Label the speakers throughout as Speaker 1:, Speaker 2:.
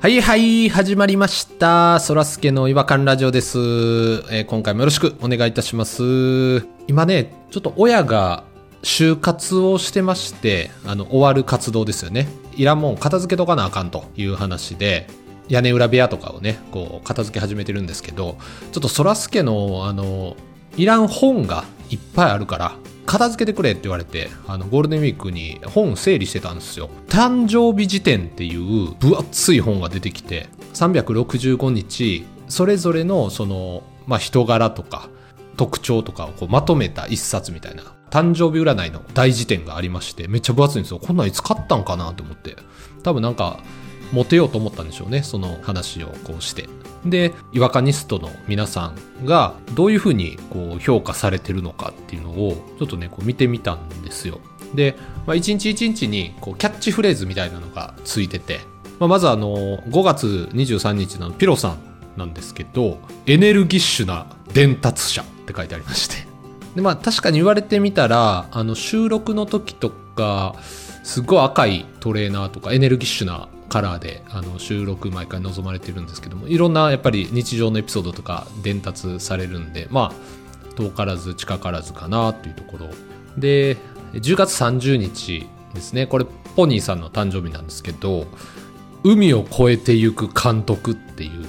Speaker 1: はいはい、始まりました。そらすけの違和感ラジオです、えー今回もよろしくお願いいたします。今ね、ちょっと親が就活をしてまして、あの、終わる活動ですよね。いらんもん片付けとかなあかんという話で、屋根裏部屋とかをね、こう、片付け始めてるんですけど、ちょっとそらすけの、あの、いらん本がいっぱいあるから、片付けてくれって言われて、あの、ゴールデンウィークに本整理してたんですよ。誕生日辞典っていう分厚い本が出てきて、365日、それぞれの、その、まあ、人柄とか、特徴とかをこうまとめた一冊みたいな。誕生日占いの大辞典がありまして、めっちゃ分厚いんですよ。こんなんいつ買ったんかなと思って。多分なんか、モテようと思ったんでしょうね。その話をこうして。で、違和感ニストの皆さんがどういうふうにこう評価されてるのかっていうのをちょっとね、こう見てみたんですよ。で、まあ、一日一日にこうキャッチフレーズみたいなのがついてて、まあ、まずあの、5月23日のピロさんなんですけど、エネルギッシュな伝達者って書いてありまして。で、まあ確かに言われてみたら、あの収録の時とか、すごい赤いトレーナーとかエネルギッシュなカラーであの収録毎回望まれてるんですけども、いろんなやっぱり日常のエピソードとか伝達されるんで、まあ遠からず近からずかなというところ。で、10月30日ですね、これポニーさんの誕生日なんですけど、海を越えてゆく監督っていうま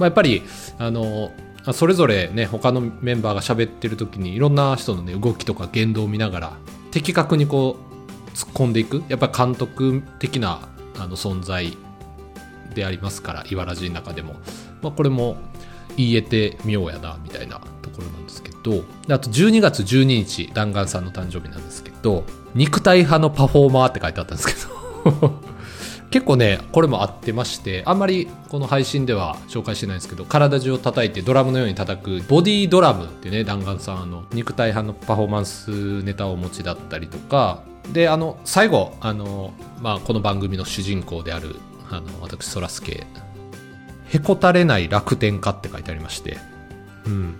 Speaker 1: あ、やっぱりあのあそれぞれね他のメンバーが喋ってる時にいろんな人のね動きとか言動を見ながら的確にこう突っ込んでいくやっぱ監督的なあの存在でありますからいわらじの中でも、まあ、これも言えてみようやなみたいなところなんですけどであと12月12日弾丸さんの誕生日なんですけど肉体派のパフォーマーって書いてあったんですけど結構ねこれも合ってましてあんまりこの配信では紹介してないんですけど体中を叩いてドラムのように叩くボディドラムってね弾丸さんあの肉体派のパフォーマンスネタをお持ちだったりとかであの最後あの、まあ、この番組の主人公であるあの私そらすけへこたれない楽天家って書いてありまして、うん、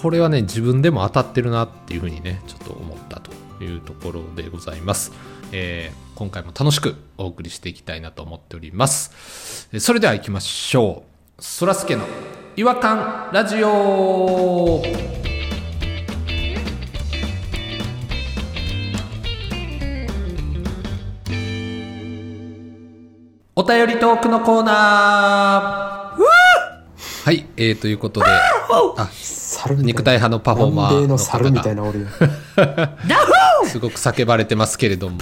Speaker 1: これはね自分でも当たってるなっていうふうにねちょっと思ったというところでございます、えー今回も楽しくお送りしていきたいなと思っておりますえーそれでは行きましょうそらすけの違和感ラジオお便りトークのコーナーはい、えー、ということで、あ、
Speaker 2: 猿み
Speaker 1: 肉
Speaker 2: たい
Speaker 1: 体派のパ
Speaker 2: な。
Speaker 1: フォーマー
Speaker 2: 南米
Speaker 1: の
Speaker 2: の猿
Speaker 1: 方
Speaker 2: みたい
Speaker 1: が
Speaker 2: な俺や。
Speaker 1: すごく叫ばれてますけれども、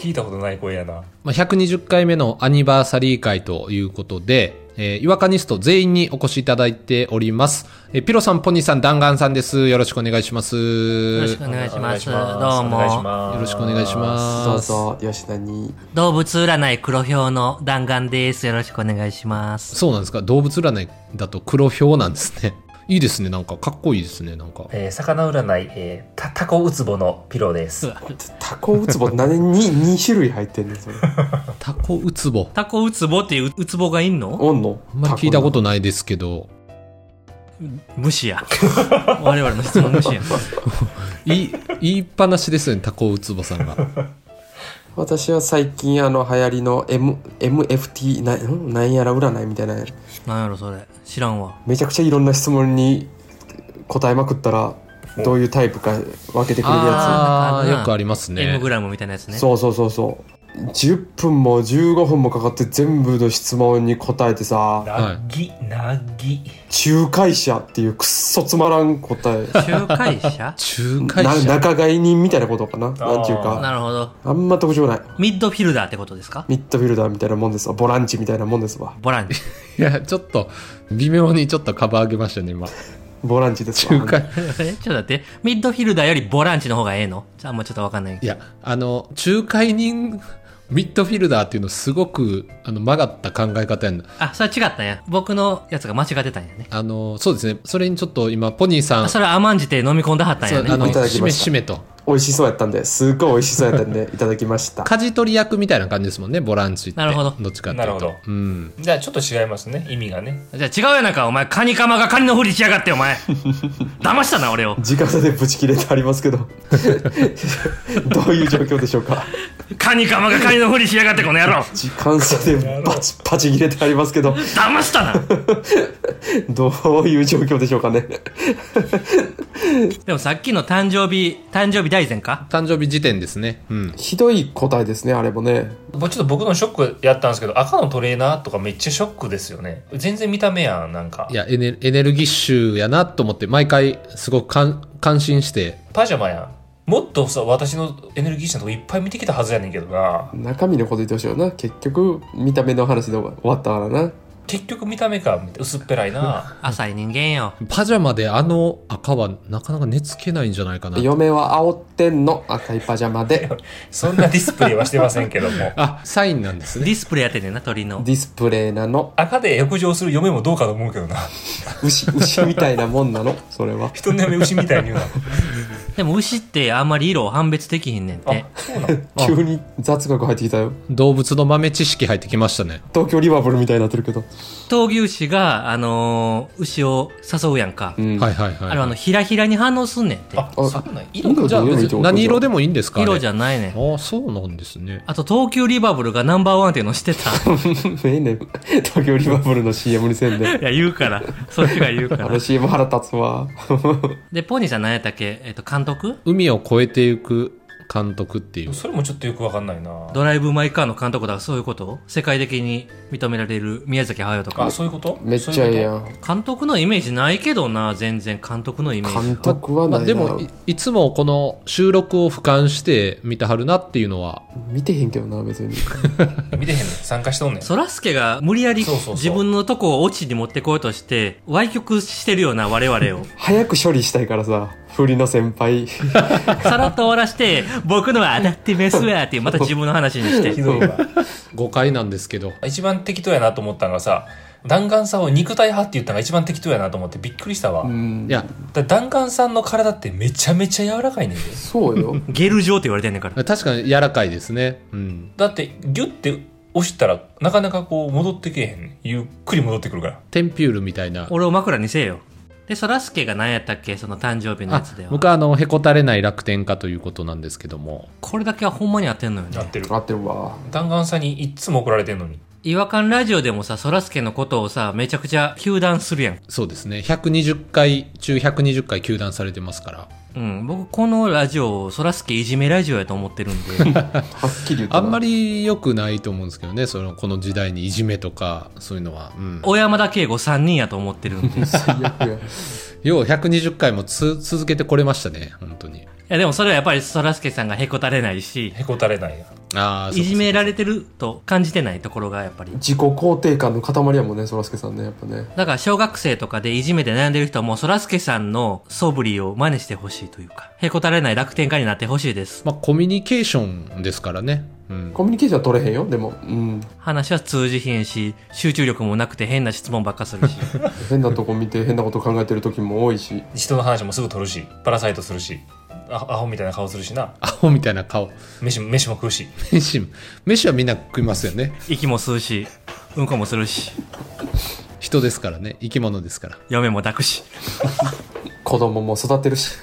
Speaker 3: 聞いたことない声やな。
Speaker 1: まあ、120回目のアニバーサリー会ということで、えー、違和感ニスト全員にお越しいただいております。えーピロさん、ポニーさん、弾丸さんです。よろしくお願いします。
Speaker 4: よろし
Speaker 1: よ
Speaker 4: くお願いします。
Speaker 3: お
Speaker 4: どう
Speaker 3: お願いし
Speaker 4: も。
Speaker 3: ます
Speaker 1: ろしくお願いし
Speaker 2: ど
Speaker 1: ま
Speaker 2: う
Speaker 1: す。
Speaker 2: ぞ、吉田に。
Speaker 4: 動物占い黒豹の弾丸です。よろしくお願いします。
Speaker 1: そうなんですか動物占いだと黒豹なんですね。 いいですね。なんか、かっこいいですね。なんか。
Speaker 3: えー魚占い、えーた、タコウツボのピローです。
Speaker 2: タコウツボ何に2種類入ってんねん、それ。
Speaker 1: タコウツボ。
Speaker 4: タコウツボっていうウツボがいんの
Speaker 2: おんの
Speaker 1: あんまり聞いたことないですけど、
Speaker 4: 無視 や。我々の質問無 視や。
Speaker 1: い い、言いっぱなしですよね。タコウツボさんが。
Speaker 2: 私は最近、あの、流行りの M、MFT、な、んなんやら占いみたいな。
Speaker 4: なんやろそれ。知らんわ。
Speaker 2: めちゃくちゃいろんな質問に答えまくったら、どういうタイプか分けてくれるや
Speaker 1: あ
Speaker 4: あ
Speaker 1: ー、
Speaker 4: ー
Speaker 1: よくありますね。
Speaker 4: M グラムみたいなやつ
Speaker 2: つ。
Speaker 4: ね。
Speaker 2: そうそうそうそう。10分も15分もかかって全部の質問に答えてさ、
Speaker 3: なぎ、なぎ。
Speaker 2: 仲介者っていうくっそつまらん答え。
Speaker 4: 仲介 者
Speaker 1: 仲介
Speaker 2: な
Speaker 1: 者
Speaker 2: 仲買人みたいなことかななんていうか
Speaker 4: なるほど。
Speaker 2: あんま特徴ない
Speaker 4: ミッドフィルダーってことですか
Speaker 2: ミッドフィルダーみたいなもんですわボランチみたいなもんですわ
Speaker 4: ボランティ
Speaker 1: いや、ちょっと、微妙にちょっとカバー上げましたね、 今。
Speaker 2: ボランチですわ
Speaker 1: 仲介
Speaker 4: えちょっと待って。ミッドフィルダーよりボランチの方がええのじゃあもうちょっとわかんない
Speaker 1: い。や、あの、仲介人、ミッドフィルダーっていうのすごく、あの、曲がった考え方やん。
Speaker 4: あ、それ違ったんや。僕のやつが間違ってたんやね。
Speaker 1: あの、そうですね。それにちょっと今、ポニーさ
Speaker 4: あ
Speaker 1: ん、
Speaker 4: それ甘んじて飲み込んだはったん
Speaker 1: そ
Speaker 4: や
Speaker 1: う
Speaker 4: ね。
Speaker 1: あの、
Speaker 2: いただき
Speaker 1: しめ
Speaker 2: ました
Speaker 1: しめと。
Speaker 2: 美味しそうやったんで、すっごい美味しそうやったんで、いただきました。
Speaker 1: 舵取り役みたいな感じですもんねボランチって
Speaker 4: なるほど
Speaker 1: どっちかって
Speaker 3: ないる
Speaker 1: う
Speaker 3: ほ
Speaker 1: と
Speaker 3: ど
Speaker 1: うん
Speaker 3: じゃあちょっと違いますね意味がね
Speaker 4: じゃあ違うやなんか、お前、カニカマがカニのふりしやがって、お前。騙したな、俺を。
Speaker 2: 時間差でブチ切れてありますけど、 どういう状況でしょうか。
Speaker 4: カニカマがカニのふりしやがって、この野郎。
Speaker 2: 時間差でバチバチ切れてありますけど、
Speaker 4: 騙したな。
Speaker 2: どういう状況でしょうかね。
Speaker 4: でもさっきの誕生日、誕生日大善か
Speaker 1: 誕生日時点ですねうん
Speaker 2: ひどい答えですね、あれもね。
Speaker 3: ぼちょっと僕のショックやったんですけど赤のトレーナーとかめっちゃショックですよね全然見た目やんなんか
Speaker 1: いやエネエネルギッシュやなと思って毎回すごく感感心して
Speaker 3: パジャマやんもっとさ私のエネルギッシュなとこいっぱい見てきたはずやねんけどな
Speaker 2: 中身のこと言ってほしいよな。結局、見た目の話で終わったからな。
Speaker 3: 結局見た目か薄っぺらい な
Speaker 4: 浅い人間よ。
Speaker 1: パジャマであの赤はなかなか寝つけないんじゃないかな
Speaker 2: 嫁は煽ってんの、赤いパジャマで。
Speaker 3: そんなディスプレイはしてませんけども
Speaker 1: あサインなんです
Speaker 4: デ
Speaker 1: ね
Speaker 4: ィスプレイやってんねんな、鳥の。
Speaker 2: ディスプレイなの。
Speaker 3: 赤で浴場する嫁もどうかと思うけどな
Speaker 2: 牛、牛みたいなもん なの、それは。
Speaker 3: 人の嫁牛みたいに言うな
Speaker 4: でも牛ってあんまり色を判別できひんねんて
Speaker 3: あ。そうなの
Speaker 2: 急に雑学入ってきたよ。
Speaker 1: 動物の豆知識入ってきましたね
Speaker 2: 東京リバブルみたいになってるけ ど。
Speaker 4: 闘牛士が、あのー牛を誘うやんか。
Speaker 2: うん。
Speaker 1: はいはいはい
Speaker 4: あれはあの、ひらひらに反応すんねんて。
Speaker 3: あそうなんや色
Speaker 2: 色
Speaker 1: じゃあ別に何色でもいいんですか
Speaker 4: 色じ
Speaker 1: ゃ
Speaker 4: ゃないねん。
Speaker 1: ああそうなんですね
Speaker 4: あと、東急リバブルがナンバーワンっていうのしてた。
Speaker 2: ええねん東京リバブルの CM にせんで。
Speaker 4: いや、言うから。そっちが言うか
Speaker 2: あ
Speaker 4: ら
Speaker 2: の。CM 腹立つわ。
Speaker 4: で、ポニーさん何やったっけえっと、監督
Speaker 1: 海を越えていく監督っていう
Speaker 3: それもちょっとよくわかんないな
Speaker 4: ドライブ・マイ・カーの監督だからそういうこと世界的に認められる宮崎駿と
Speaker 3: あ
Speaker 4: か。
Speaker 3: そういうこと
Speaker 2: めっちゃええや
Speaker 3: ん
Speaker 2: ん。
Speaker 4: 監督のイメージないけどな、全然監督のイメージ
Speaker 2: 監
Speaker 4: が。
Speaker 2: 督は
Speaker 1: ま
Speaker 2: ない
Speaker 1: あ、
Speaker 2: な。
Speaker 1: でもいいつもこの収録を俯瞰して見てはるなっていうのは
Speaker 2: 見てへんけどな、別に。
Speaker 3: 見てへんねん参加しとんねん
Speaker 4: そらすけが無理やり
Speaker 3: そうそうそう
Speaker 4: 自分のとこをオチに持ってこようとして、歪曲してるような我々を。
Speaker 2: 早く処理したいからさ、振りの先 輩。
Speaker 4: さらっと終わらして、僕のは当たってメスやっていう、また自分の話にして
Speaker 3: ひ。どいわ
Speaker 1: 誤解なんですけど
Speaker 3: 一番適当やなと思ったのがさ弾丸さんを肉体派って言ったのが一番適当やなと思ってびっくりしたわ、
Speaker 2: うん
Speaker 1: い。や
Speaker 3: だから弾丸さんの体ってめちゃめちゃ柔らかいねんで
Speaker 2: そうよ。
Speaker 4: ゲル状って言われてんねんから。
Speaker 1: 確かに柔らかいですねうん
Speaker 3: だってギュッて押したらなかなかこう戻ってけえへんねんゆっくり戻ってくるから
Speaker 1: テンピュールみたいな
Speaker 4: 俺を枕にせえよ。で、そらすけが何やったっけその誕生日の
Speaker 1: あ
Speaker 4: やつでは。
Speaker 1: 僕はあのへこたれない楽天家ということなんですけども
Speaker 4: これだけはほんまに合ってんのよ
Speaker 3: な
Speaker 4: ね。
Speaker 3: ってる
Speaker 2: 合ってるわ。
Speaker 3: 弾丸さんにいっつも怒られてんのに
Speaker 4: 違和感ラジオでもさ、そらすけのことをさ、めちゃくちゃ糾弾するやん。
Speaker 1: そうですね120回中120回休断されてますから
Speaker 4: うん。僕、このラジオをそらすけいじめラジオやと思ってるんで。
Speaker 2: はっきり言った
Speaker 1: あんま
Speaker 2: り。
Speaker 1: り良くないと思うんですけどねそのこの時代にいじめとかそういうのは、うん、
Speaker 4: 小山田圭吾3人やと思ってるんで。い
Speaker 2: 最悪や。
Speaker 1: よう120回もつ続けてこれましたね本当に
Speaker 4: や、でもそれはやっぱりそらすけさんがへこたれないし、
Speaker 3: へこたれないや
Speaker 1: ああ
Speaker 4: いじめられてると感じてないところがやっぱり。
Speaker 2: 自己肯定感の塊やもんね、そらすけさんね、やっぱね。
Speaker 4: だから小学生とかでいじめで悩んでる人はもうそらすけさんの素振りを真似してほしいというか、へこたれない楽天家になってほしいです。
Speaker 1: まあ、コミュニケーションですからね、うん、
Speaker 2: コミュニケーションは取れへんよ、でも。うん。
Speaker 4: 話は通じひんし、集中力もなくて変な質問ばっかするし。
Speaker 2: 変なとこ見て変なこと考えてる時も多いし。
Speaker 3: 人の話もすぐ取るしパラサイトするしアアホみたいな顔するしな
Speaker 1: アホみたいな顔
Speaker 3: 飯も飯も食うし
Speaker 1: 飯飯はみんな食いますよね
Speaker 4: 息も吸うし、うんこもするし、
Speaker 1: 人ですからね生き物ですから
Speaker 4: 嫁も抱くし、
Speaker 2: 子供も育てるし。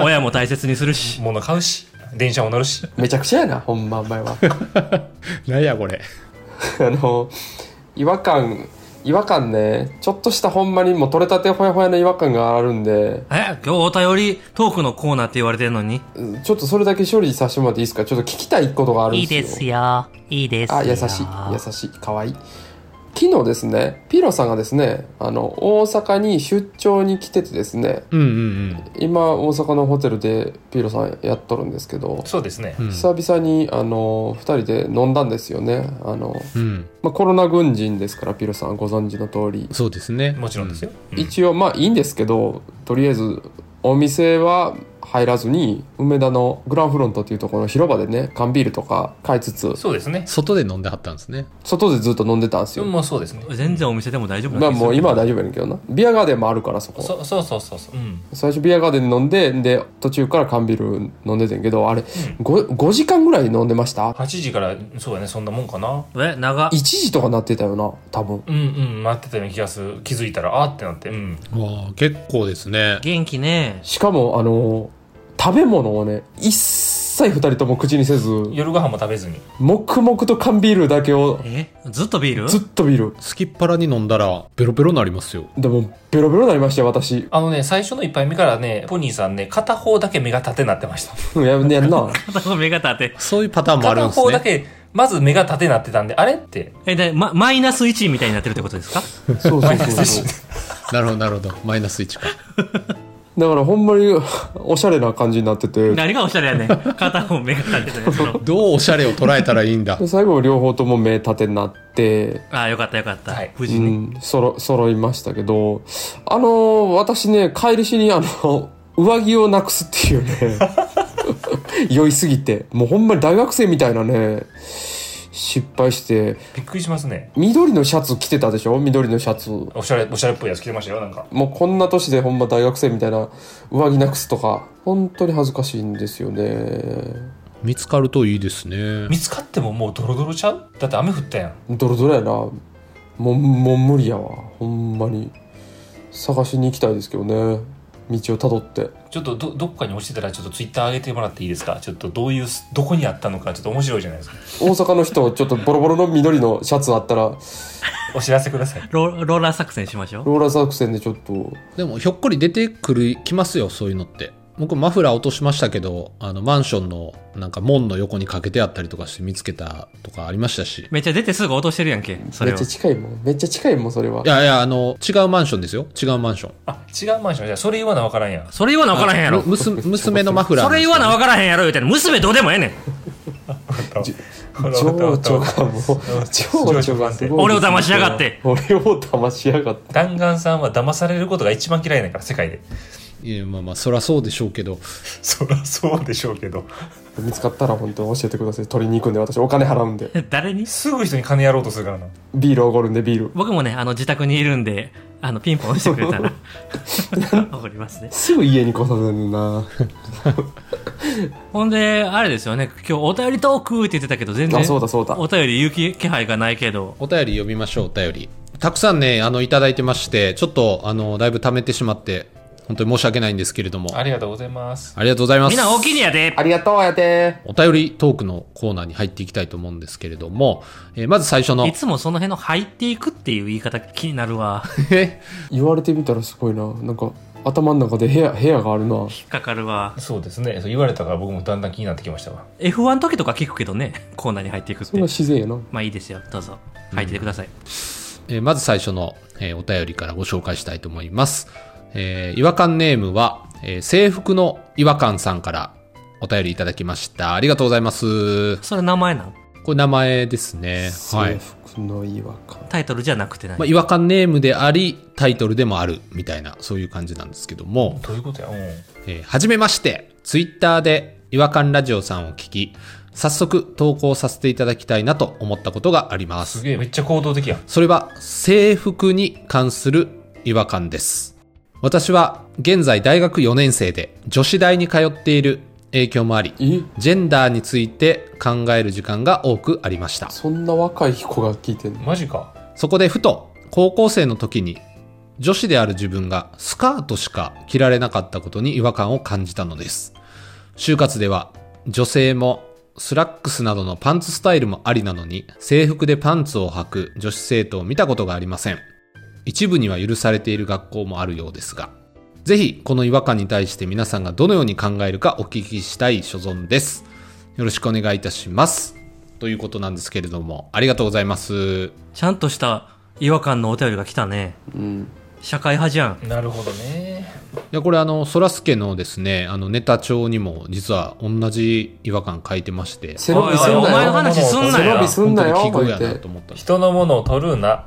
Speaker 4: 親も大切にするし。
Speaker 3: 物買うし電車も乗るし
Speaker 2: めちゃくちゃやな、ほんま、お前は。
Speaker 1: なんやこれ
Speaker 2: あの、違和感、違和感ね、ちょっとしたほんまにもう取れたてほやほやの違和感があるんで、
Speaker 4: え今日お便りトークのコーナーって言われてるのに
Speaker 2: ちょっとそれだけ処理させてもらっていいですかちょっと聞きたいことがあるんですよ。
Speaker 4: よ。いいで
Speaker 2: あ、優しい。優しい。かわいい。昨日ですね、ピロさんがですね、あの、大阪に出張に来ててですね、
Speaker 1: うんうん
Speaker 2: 今大阪のホテルでピロさんやっとるんですけど、
Speaker 3: そうですね
Speaker 1: うんうん
Speaker 2: 久々にあの2人で飲んだんですよねあの、
Speaker 1: うん
Speaker 2: まあ、コロナ軍人ですからピロさんご存知の通り、
Speaker 1: そうですね
Speaker 3: もちろんですよ、うん
Speaker 2: 一応まあいいんですけどとりあえずお店は入らずに、梅田のグランフロントっていうところの広場でね、缶ビールとか買いつつ、
Speaker 3: そうですね。
Speaker 1: 外で飲んではったんですね。
Speaker 2: 外でずっと飲んでたんですよ。
Speaker 3: もうそうですね。
Speaker 4: 全然お店でも大丈夫
Speaker 2: まあもう今は
Speaker 4: だ。
Speaker 2: 大丈夫やねんけどな。ビアガーデンもあるから、そこ。
Speaker 3: そそうそうそうそう。うん。
Speaker 2: 最初ビアガーデン飲んで、で、途中から缶ビール飲んでてんけど、あれ、5, 5時間ぐらい飲んでました
Speaker 3: 8時から、そうやね、そんなもんかな。
Speaker 4: え、長
Speaker 2: ?1 時とかなってたよな、多分。
Speaker 3: うんうん、待ってたような気がする。気づいたら、あーってなって。うん。
Speaker 1: わあ、結構ですね。
Speaker 4: 元気ね。
Speaker 2: しかも、あの、食べ物をね、一切二人とも口にせず、
Speaker 3: 夜ご飯も食べずに。
Speaker 2: 黙々と缶ビールだけを、
Speaker 4: えずっとビール
Speaker 2: ずっとビール。
Speaker 1: すきっ腹に飲んだら、ベロベロになりますよ。
Speaker 2: でも、ベロベロになりましたよ、私。
Speaker 3: あのね、最初の一杯目からね、ポニーさんね、片方だけ目が立てなってました。
Speaker 2: うんややんな。
Speaker 4: 片方目が立て。
Speaker 1: そういうパターンも あるん
Speaker 3: 片
Speaker 1: です
Speaker 3: 方だ
Speaker 1: ね。
Speaker 3: け、まず目が立てなってたんで、あれって。
Speaker 4: え、で、ま、マイナス1みたいになってるってことですか
Speaker 2: そうそうそうそう。
Speaker 1: なるほど、なるほど。マイナス1か。
Speaker 2: だからほんまにおしゃれな感じになってて、
Speaker 4: 何がおしゃれや ねん。片方目が立ててるの。
Speaker 1: どうおしゃれを捉えたらいいんだ
Speaker 2: で。最後両方とも目立てになって、
Speaker 4: ああ、よかったよかった。
Speaker 3: はい
Speaker 4: 無
Speaker 2: う
Speaker 4: 事に。
Speaker 2: ん、そろ、揃いましたけど、あのー私ね、帰りしにあの、上着をなくすっていうね、 酔いすぎて、もうほんまに大学生みたいなね、失敗して、
Speaker 3: びっくりしますね。
Speaker 2: 緑のシャツ着てたでしょ緑のシャツ。も
Speaker 3: おしゃれ、おしゃれっぽいやつ着てましたよ、なんか。
Speaker 2: うこんな年でほんま大学生みたいな上着なくすとか、本当に恥ずかしいんですよね。
Speaker 1: 見つかるといいですね。
Speaker 3: 見つかってももうドロドロちゃうだって雨降ったやん。
Speaker 2: ドロドロやなもうもう無理やわほんまに探しに行きたいですけどね道をたどって
Speaker 3: ちょっとど、どっかに落ちてたら、ちょっとツイッター上げてもらっていいですかちょっとどういう、どこにあったのか、ちょっと面白いじゃないですか。
Speaker 2: 大阪の人ちょっとボロボロの緑のシャツあったらロ
Speaker 3: お知らせください。
Speaker 4: ロローラー作戦しましょう。
Speaker 2: ーラー作戦でちょっと
Speaker 1: でも、ひょっこり出てくる、きますよ、そういうのって。僕、マフラー落としましたけど、あの、マンションの、なんか門の横にかけてあったりとかして見つけたとかありましたし。
Speaker 4: めっちゃ出てすぐ落としてるやんけ。そ
Speaker 2: め
Speaker 4: れ
Speaker 2: っち
Speaker 4: は
Speaker 2: ゃ。近いもんめっちゃ近いもんそれはい
Speaker 1: やいや、あの、違うマンションですよ。違うマンション。
Speaker 3: あ、違うマンション。じゃあ、それ言わなわからん やん。
Speaker 4: それ言わな分からへんやろ
Speaker 1: む。娘娘のマフラー
Speaker 4: そ
Speaker 1: なん
Speaker 4: れ
Speaker 1: です
Speaker 4: 言
Speaker 1: けど
Speaker 4: わな分からへんやろ言うてんの娘どうでもええねん。
Speaker 2: 情緒がもう情緒がすごいですね
Speaker 4: 俺を騙しやがって
Speaker 2: 俺を騙しやがって
Speaker 3: 弾丸さんは騙されることが一番嫌いだから世界で
Speaker 1: いや、まあまあ、そらそうでしょうけど、
Speaker 3: そりゃそうでしょうけど
Speaker 2: 見つかったら本当に教えてください取りに行くんで私お金払うんで
Speaker 4: 誰に
Speaker 3: すぐ人に金やろうとするからな
Speaker 2: ビールおごるんでビール
Speaker 4: 僕もね、あの、自宅にいるんで、あの、ピンポン押してくれたら、 わかりますね。
Speaker 2: すぐ家に来させるな
Speaker 4: ほんで、あれですよね、今日お便りトークって言ってたけど、全然、
Speaker 2: あそうだそうだ
Speaker 4: お便り言う気気配がないけど、
Speaker 1: お便り読みましょう、お便り。たくさんね、あの、いただいてまして、ちょっと、あの、だいぶ貯めてしまって、本当に申し訳ないんですけれども、
Speaker 3: ありがとうございます
Speaker 1: ありがとうございます。
Speaker 4: みんな大きいにやで
Speaker 2: ありがとうやて
Speaker 1: お便りトークのコーナーに入っていきたいと思うんですけれども、えーまず最初の
Speaker 4: い、つもその辺の入っていくっていう言い方気になるわ。
Speaker 1: え
Speaker 2: 言われてみたらすごいななんか頭の中で部屋部屋があるな
Speaker 4: 引っかかるわ。
Speaker 3: そうですねそう言われたから僕もだんだん気になってきましたわ
Speaker 4: F1 の時とか聞くけどね、コーナーに入っていくっ
Speaker 2: そん
Speaker 4: て
Speaker 2: な。自然やな
Speaker 4: まあいいですよ、どうぞ。入っててください。
Speaker 1: えーまず最初の、えーお便りからご紹介したいと思います。えー違和感ネームは、えー制服の違和感さんからお便りいただきました。ありがとうございます。
Speaker 4: それ名前なん
Speaker 1: これ名前ですね。は
Speaker 2: 制
Speaker 1: い。
Speaker 2: 服の違和感、
Speaker 4: タイトルじゃなくてない。
Speaker 1: まあ、違和感ネームであり、タイトルでもある、みたいな、そういう感じなんですけども、
Speaker 3: どういうことやうん
Speaker 1: えーはじめまして、ツイッターで違和感ラジオさんを聞き、早速投稿させていただきたいなと思ったことがあります
Speaker 3: す。げえめっちゃ行動的やん
Speaker 1: それは制服に関する違和感です。私は現在大学4年生で女子大に通っている影響もあり、
Speaker 2: え
Speaker 1: ジェンダーについて考える時間が多くありました。
Speaker 2: そんな若い子が聞いてんの
Speaker 3: マジか
Speaker 1: そこでふと高校生の時に女子である自分がスカートしか着られなかったことに違和感を感じたのです。就活では女性もスラックスなどのパンツスタイルもありなのに制服でパンツを履く女子生徒を見たことがありません。一部には許されている学校もあるようですが。ぜひこの違和感に対して皆さんがどのように考えるかお聞きしたい所存です。よろしくお願いいたします。ということなんですけれども、ありがとうございます。
Speaker 4: ちゃんとした違和感のお便りが来たね。
Speaker 2: うん
Speaker 4: 社会派じゃん。
Speaker 3: なるほどね。
Speaker 1: いや、これあの、そらすけのですね、あの、ネタ帳にも、実は同じ違和感書いてまして、
Speaker 2: 背伸びすんな
Speaker 4: おいおいお前の
Speaker 2: よ
Speaker 4: 話すんな
Speaker 2: 背伸
Speaker 4: よ
Speaker 2: び。すんなよ
Speaker 1: 本当に奇遇や
Speaker 2: 言う
Speaker 1: な
Speaker 2: て
Speaker 1: と思ったんです。
Speaker 3: 人のものを取る な。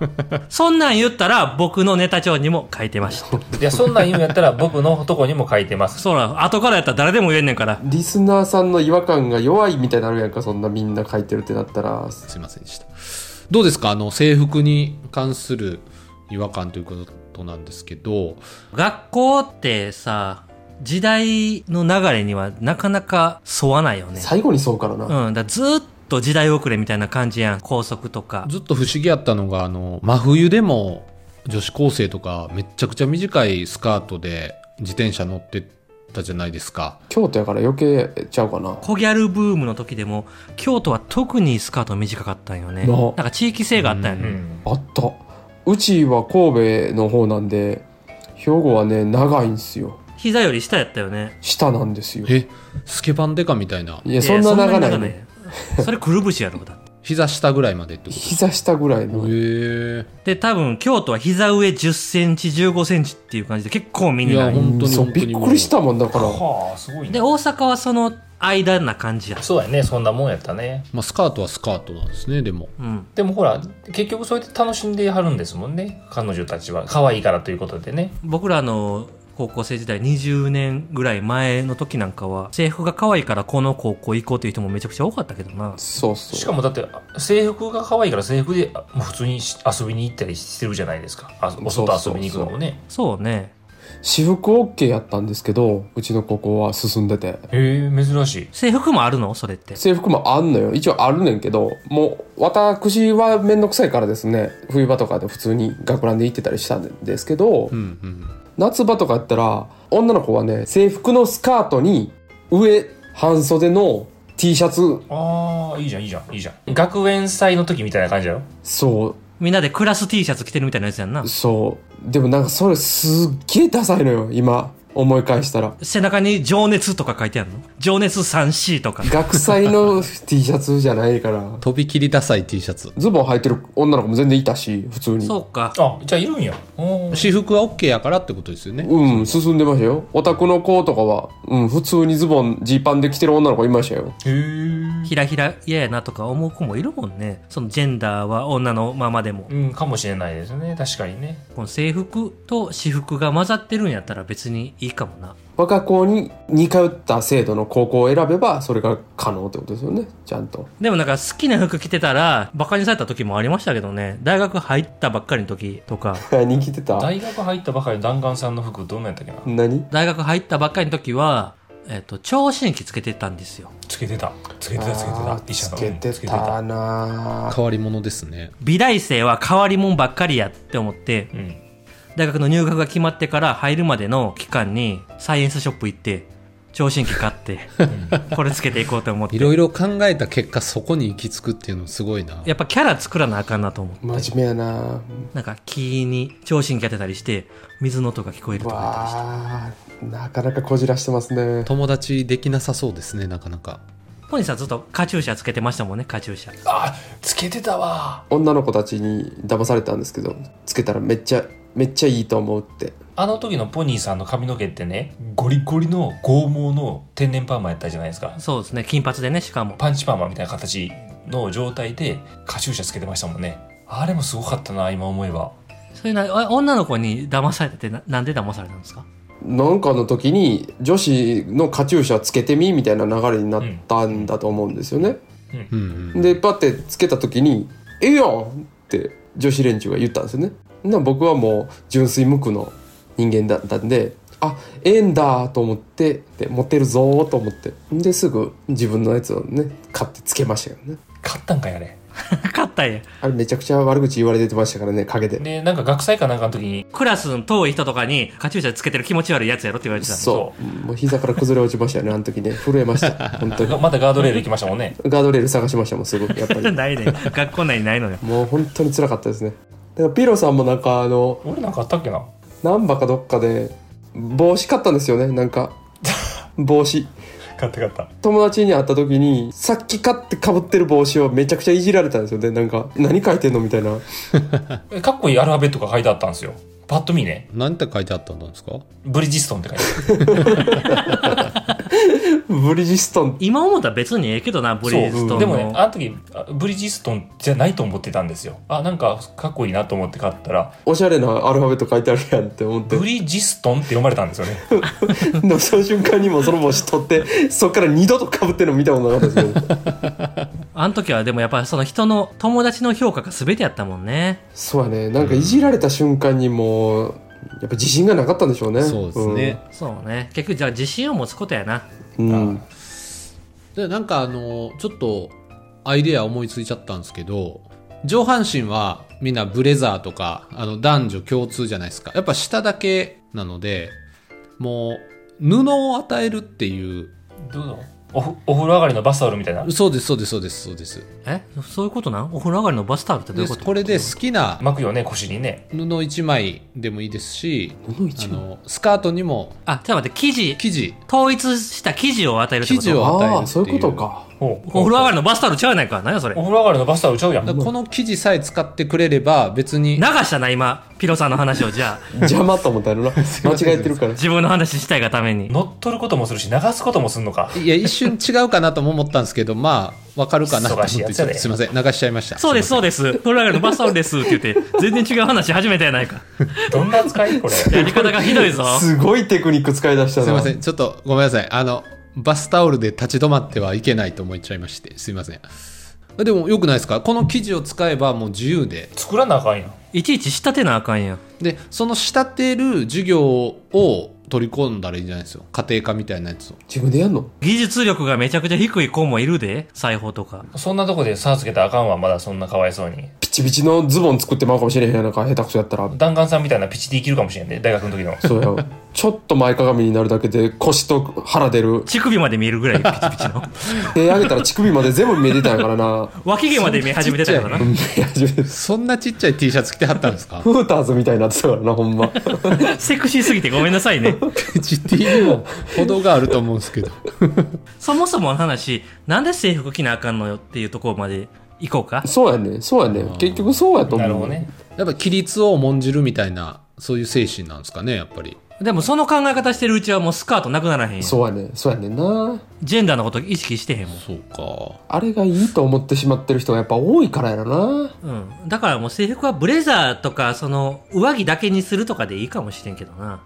Speaker 4: そんなん言ったら僕のネタ帳にも書いてました。
Speaker 3: いや、そんなん言うんやったら僕のとこにも書いてます。
Speaker 4: そうなの後からやったら誰でも言えんねんから。
Speaker 2: リスナーさんの違和感が弱いみたいになるやんかそんなみんな書いてるってなったら
Speaker 1: すいませんでした。どうですかあの、制服に関する違和感ということなんですけど、
Speaker 4: 学校ってさ、時代の流れにはなかなか沿わないよね。
Speaker 2: 最後にそうからな、
Speaker 4: うん。だからずっと時代遅れみたいな感じやん。校則とか。
Speaker 1: ずっと不思議やったのが、あの、真冬でも女子高生とかめっちゃくちゃ短いスカートで自転車乗ってたじゃないですか。
Speaker 2: 京都やから余計ちゃうかな
Speaker 4: 小ギャルブームの時でも、京都は特にスカート短かったんよね。
Speaker 2: な
Speaker 4: なんか地域性があったんよ
Speaker 3: う
Speaker 4: ね。
Speaker 3: ん。
Speaker 2: あったうちは神戸の方なんで兵庫はね長いんですよ
Speaker 4: 膝より下やったよね。
Speaker 2: 下なんですよ、
Speaker 1: え、スケバンデカみたいない
Speaker 2: やそんな長ないね
Speaker 4: 長いそれくるぶしやろ、だって。
Speaker 1: 膝下ぐらいまでってこ
Speaker 2: 膝下ぐらい
Speaker 1: と
Speaker 2: の
Speaker 1: へえ。
Speaker 4: で、多分、京都は膝上10センチ、15センチっていう感じで結構み
Speaker 1: い
Speaker 4: んな
Speaker 1: や、。本当に
Speaker 2: そう
Speaker 1: 本当
Speaker 2: び
Speaker 1: に
Speaker 2: っ
Speaker 1: もう。
Speaker 2: くりしたもんだから
Speaker 3: はあ、すごい
Speaker 4: で、
Speaker 3: ね。
Speaker 4: 大阪はその間な感じや。
Speaker 3: そうやね、そんなもんやったね。
Speaker 1: まあ、スカートはスカートなんですね、でも。
Speaker 4: うん。
Speaker 3: でもほら、結局そうやって楽しんではるんですもんね。彼女たちは。可愛いからということでね。
Speaker 4: 僕らの高校生時代20年ぐらい前の時なんかは、制服が可愛いからこの高校行こうという人もめちゃくちゃ多かったけどな。
Speaker 2: そうそう
Speaker 3: しかもだって、制服が可愛いから制服であもう普通にし遊びに行ったりしてるじゃないですか。あお外遊びに行くのもね。
Speaker 4: そうね。
Speaker 2: 私服 OK やったんですけどうちの高校は進んでて
Speaker 3: へえ、珍しい。
Speaker 4: 制服もあるのそれって。
Speaker 2: 制服もあんのよ一応あるねんけどもう私は面倒くさいからですね冬場とかで普通に学ランで行ってたりしたんですけど、
Speaker 1: うんうん。
Speaker 2: 夏場とかやったら女の子はね制服のスカートに上半袖の T シャツ
Speaker 3: ああ、いいじゃん、いいじゃん、いいじゃん。学園祭の時みたいな感じだよ。
Speaker 2: そ
Speaker 4: みんなでクラス T シャツ着てるみたいなやつやんな
Speaker 2: う。そうでもなんかそれすっげえダサいのよ今思い返したら
Speaker 4: 背中に情熱とか書いてあるの情熱 3C とか。
Speaker 2: 学祭の T シャツじゃないから
Speaker 1: とびきりダサい T シャツ。
Speaker 2: ズボン履いてる女の子も全然いたし普通に
Speaker 4: そうか。
Speaker 3: あ、じゃあいるんや。おー
Speaker 1: 私服は OK やからってことですよね。
Speaker 2: うん、進んでましたよ。オタクの子とかは、うん、普通にズボン、ジーパンで着てる女の子いましたよ。
Speaker 3: へえ。
Speaker 4: ひらひら嫌やなとか思う子もいるもんね。そのジェンダーは女のままでも。
Speaker 3: うん、かもしれないですね。確かにね。
Speaker 4: この制服と私服が混ざってるんやったら別にいいかもな。
Speaker 2: 我が校に似通った制度の高校を選べば、それが可能ってことですよね、ちゃんと。
Speaker 4: でもなんか好きな服着てたらバカにされた時もありましたけどね。大学入ったばっかりの時とか。
Speaker 2: 何着てた
Speaker 3: 大学入ったばかりの弾丸さんの服、どんなんやったっけな。
Speaker 2: 何
Speaker 4: 大学入ったばっかりの時は、えっ、と、聴診器つけてたんですよ。
Speaker 3: つけてた。つけてた、つけて
Speaker 2: あ
Speaker 3: た
Speaker 2: ー。
Speaker 3: 医者
Speaker 2: つ
Speaker 3: さん
Speaker 2: けて
Speaker 3: つけて
Speaker 2: た
Speaker 3: た。
Speaker 2: なぁ
Speaker 1: 変わり者ですね。
Speaker 4: 美大生は変わり者ばっかりやって思って、
Speaker 3: うん。
Speaker 4: 大学の入学が決まってから入るまでの期間にサイエンスショップ行って、聴診器買って、これつけていこうと思って。
Speaker 1: いろいろ考えた結果、そこに行き着くっていうのすごいな。
Speaker 4: やっぱキャラ作らなあかんなと思う。
Speaker 2: 真面目やな
Speaker 4: なんか木に聴診器当てたりして、水の音が聞こえる
Speaker 2: ぁ
Speaker 4: とか言ったりして。
Speaker 2: わぁなかなかこじらしてますね。
Speaker 1: 友達できなさそうですね、なかなか。
Speaker 4: ポニーさんずっとカチューシャつけてましたもんね、カチューシャ。
Speaker 3: あ、つけてたわ。
Speaker 2: 女の子たちに騙されたんですけど、つけたらめっちゃ、めっちゃいいと思うって。
Speaker 3: あの時のポニーさんの髪の毛ってね、ゴリゴリの剛毛の天然パーマやったじゃないですか。
Speaker 4: そうですね、金髪でね、しかも。
Speaker 3: パンチパーマみたいな形の状態で、カチューシャつけてましたもんね。あれもすごかったな、今思えば。
Speaker 4: そういうな、お女の子に騙されててな、なんで騙されたんですか
Speaker 2: なんかの時に女子のカチューシャつけてみみたいな流れになったんだと思うんですよね。
Speaker 1: うんうん。
Speaker 2: でパッてつけた時に「ええやん!」って女子連中が言ったんですよね。な僕はもう純粋無垢の人間だったんで「あええんだ!」と思ってで持てるぞーと思ってですぐ自分のやつをね買ってつけましたよね。
Speaker 3: 買ったんかいあれ。
Speaker 4: 勝ったんや。
Speaker 2: あれめちゃくちゃ悪口言われてましたからね陰で。
Speaker 3: で、なんか学祭かなんかの時に、
Speaker 4: クラスの遠い人とかにカチューシャつけてる気持ち悪いやつやろって言われてた。
Speaker 2: そうもう膝から崩れ落ちましたよねあの時ね震えました本当に
Speaker 3: がまたガードレール行きましたもんね。
Speaker 2: ガードレール探しましたもんすごくやっぱり
Speaker 4: ないね。学校内にないのよ。
Speaker 2: もう本当に辛かったですねだからピロさんもなんかあの
Speaker 3: 俺なんかあったっけな
Speaker 2: 難波かどっかで帽子買ったんですよねなんか 帽子
Speaker 3: 買った買った。
Speaker 2: 友達に会った時にさっき買ってかぶってる帽子をめちゃくちゃいじられたんですよねなんか何書いてんのみたいな
Speaker 3: えかっこいいアルファベットが書いてあったんですよ。パッと見ね、
Speaker 1: 何て書いてあったんですか
Speaker 3: ブリヂストンって書いてある。
Speaker 2: ブリヂストン。
Speaker 4: 今思ったら別にええけどな、 ブリヂストンの。
Speaker 3: でもね、あの時、あブリヂストンじゃないと思ってたんですよ。あ、なんかかっこいいなと思って買ったら、
Speaker 2: おしゃれなアルファベット書いてあるやんって 思って
Speaker 3: ブ。リヂストンって読まれたんですよね。
Speaker 2: でもその瞬間にもうその帽子取って、そっから二度と被ってるの見たことなかったですけど。
Speaker 4: あの時はでもやっぱりその人の友達の評価が全てやったもんね。
Speaker 2: そうやね。なんかいじられた瞬間にもう、やっぱ自信がなかったんでしょうね。
Speaker 1: そうですね。
Speaker 4: そうね。結局じゃあ自信を持つことやな。
Speaker 2: うん。うん。
Speaker 1: でなんかあのちょっとアイデア思いついちゃったんですけど上半身はみんなブレザーとかあの男女共通じゃないですかやっぱ下だけなのでもう布を与えるっていう
Speaker 3: どうぞ。おふお風呂上がりのバスタオルみたいな。
Speaker 1: そうですそうですそうですそうです
Speaker 4: えそういうことなんお風呂上がりのバスタオルってどう
Speaker 1: で
Speaker 4: いうこ
Speaker 1: ことれで好きな
Speaker 3: 巻くよね、腰にね。
Speaker 1: 布1枚でもいいですし
Speaker 2: 布一
Speaker 1: あ
Speaker 2: 枚
Speaker 1: のスカートにも
Speaker 4: あ、じゃあ待って、生地、
Speaker 1: 生地
Speaker 4: 統一した生地を与えるってこと
Speaker 1: 生地を与えるってい
Speaker 2: あ
Speaker 1: う
Speaker 2: あ、そういうこと か。
Speaker 3: お
Speaker 4: お風呂上がりのバスタオルちゃうやないか。何やそれ。
Speaker 3: お
Speaker 4: 流
Speaker 3: 風呂上がりのバスタオルちゃうやん。
Speaker 1: だからこの生地さえ使ってくれれば別に
Speaker 4: したな、今。ピロさんの話をじゃあ、
Speaker 2: 邪魔と思ったやろ な。間違えてるから。
Speaker 4: 自分の話したいがために。
Speaker 3: 乗っ取ることもするし、流すこともするのか。
Speaker 1: いや、一瞬違うかなとも思ったんですけど、まあ、わかるかなと思っ
Speaker 3: 忙しいや
Speaker 1: て、
Speaker 3: つ
Speaker 1: ちょっ
Speaker 3: やで
Speaker 1: とすいません、流しちゃいました。
Speaker 4: そうです、
Speaker 1: すい
Speaker 4: そうです。お風呂上がりのバスタオルですって言って、全然違う話始めたや ないか。
Speaker 3: どんな使いこれ。
Speaker 4: やり方がひどいぞ。
Speaker 2: すごいテクニック使い出した
Speaker 1: ません。す
Speaker 2: な。
Speaker 1: いません、ちょっとごめんなさい。あの、バスタオルで立ち止まってはいけないと思っちゃいまして、すいません。でも、よくないですかこの生地を使えばもう自由で。
Speaker 3: 作らなあかんやん。
Speaker 4: いちいち仕立てなあかんやん。
Speaker 1: で、その仕立てる授業を取り込んだらいいんじゃないですよ。家庭科みたいなやつを。
Speaker 2: 自分でやんの
Speaker 4: 技術力がめちゃくちゃ低い子もいるで。裁縫とか。
Speaker 3: そんなとこで差つけたらあかんわ、まだそんなかわいそうに。
Speaker 2: ピチピチのズボン作ってまうかもしれへんやんか。下手くそや ったら。
Speaker 3: 弾丸さんみたいなピチでいけるかもしれんね、大学の時の。
Speaker 2: そうや。ちょっと前かがみになるだけで腰と腹出る。
Speaker 4: 乳首まで見えるぐらいピチピチ の。
Speaker 2: 手上げたら乳首まで全部見えてたんやから な。
Speaker 4: 脇毛まで見え始めてたからな。
Speaker 2: いや自分で
Speaker 1: そんなちっちゃい T シャツ着てはったん ですか
Speaker 2: フーターズみたいになってたからな、ほんま。
Speaker 4: セクシーすぎてごめんなさいね。
Speaker 1: ?GT にも程があると思うんですけ ど。
Speaker 4: そもそもの話、なんで制服着なあかんのよっていうところまで行こうか。
Speaker 2: そうやね。そうやね。結局そうやと思
Speaker 3: な
Speaker 2: う。
Speaker 3: るほどね。
Speaker 1: やっぱ、規律を重んじるみたいな、そういう精神なんですかね、やっぱり。
Speaker 4: でもその考え方してるうちはもうスカートなくならへんよ。
Speaker 2: そうやね。そうやねんな。
Speaker 4: ジェンダーのこと意識してへんもん。
Speaker 1: そうか。
Speaker 2: あれがいいと思ってしまってる人がやっぱ多いからやろな。
Speaker 4: うん。だからもう制服はブレザーとか、その、上着だけにするとかでいいかもしれんけどな。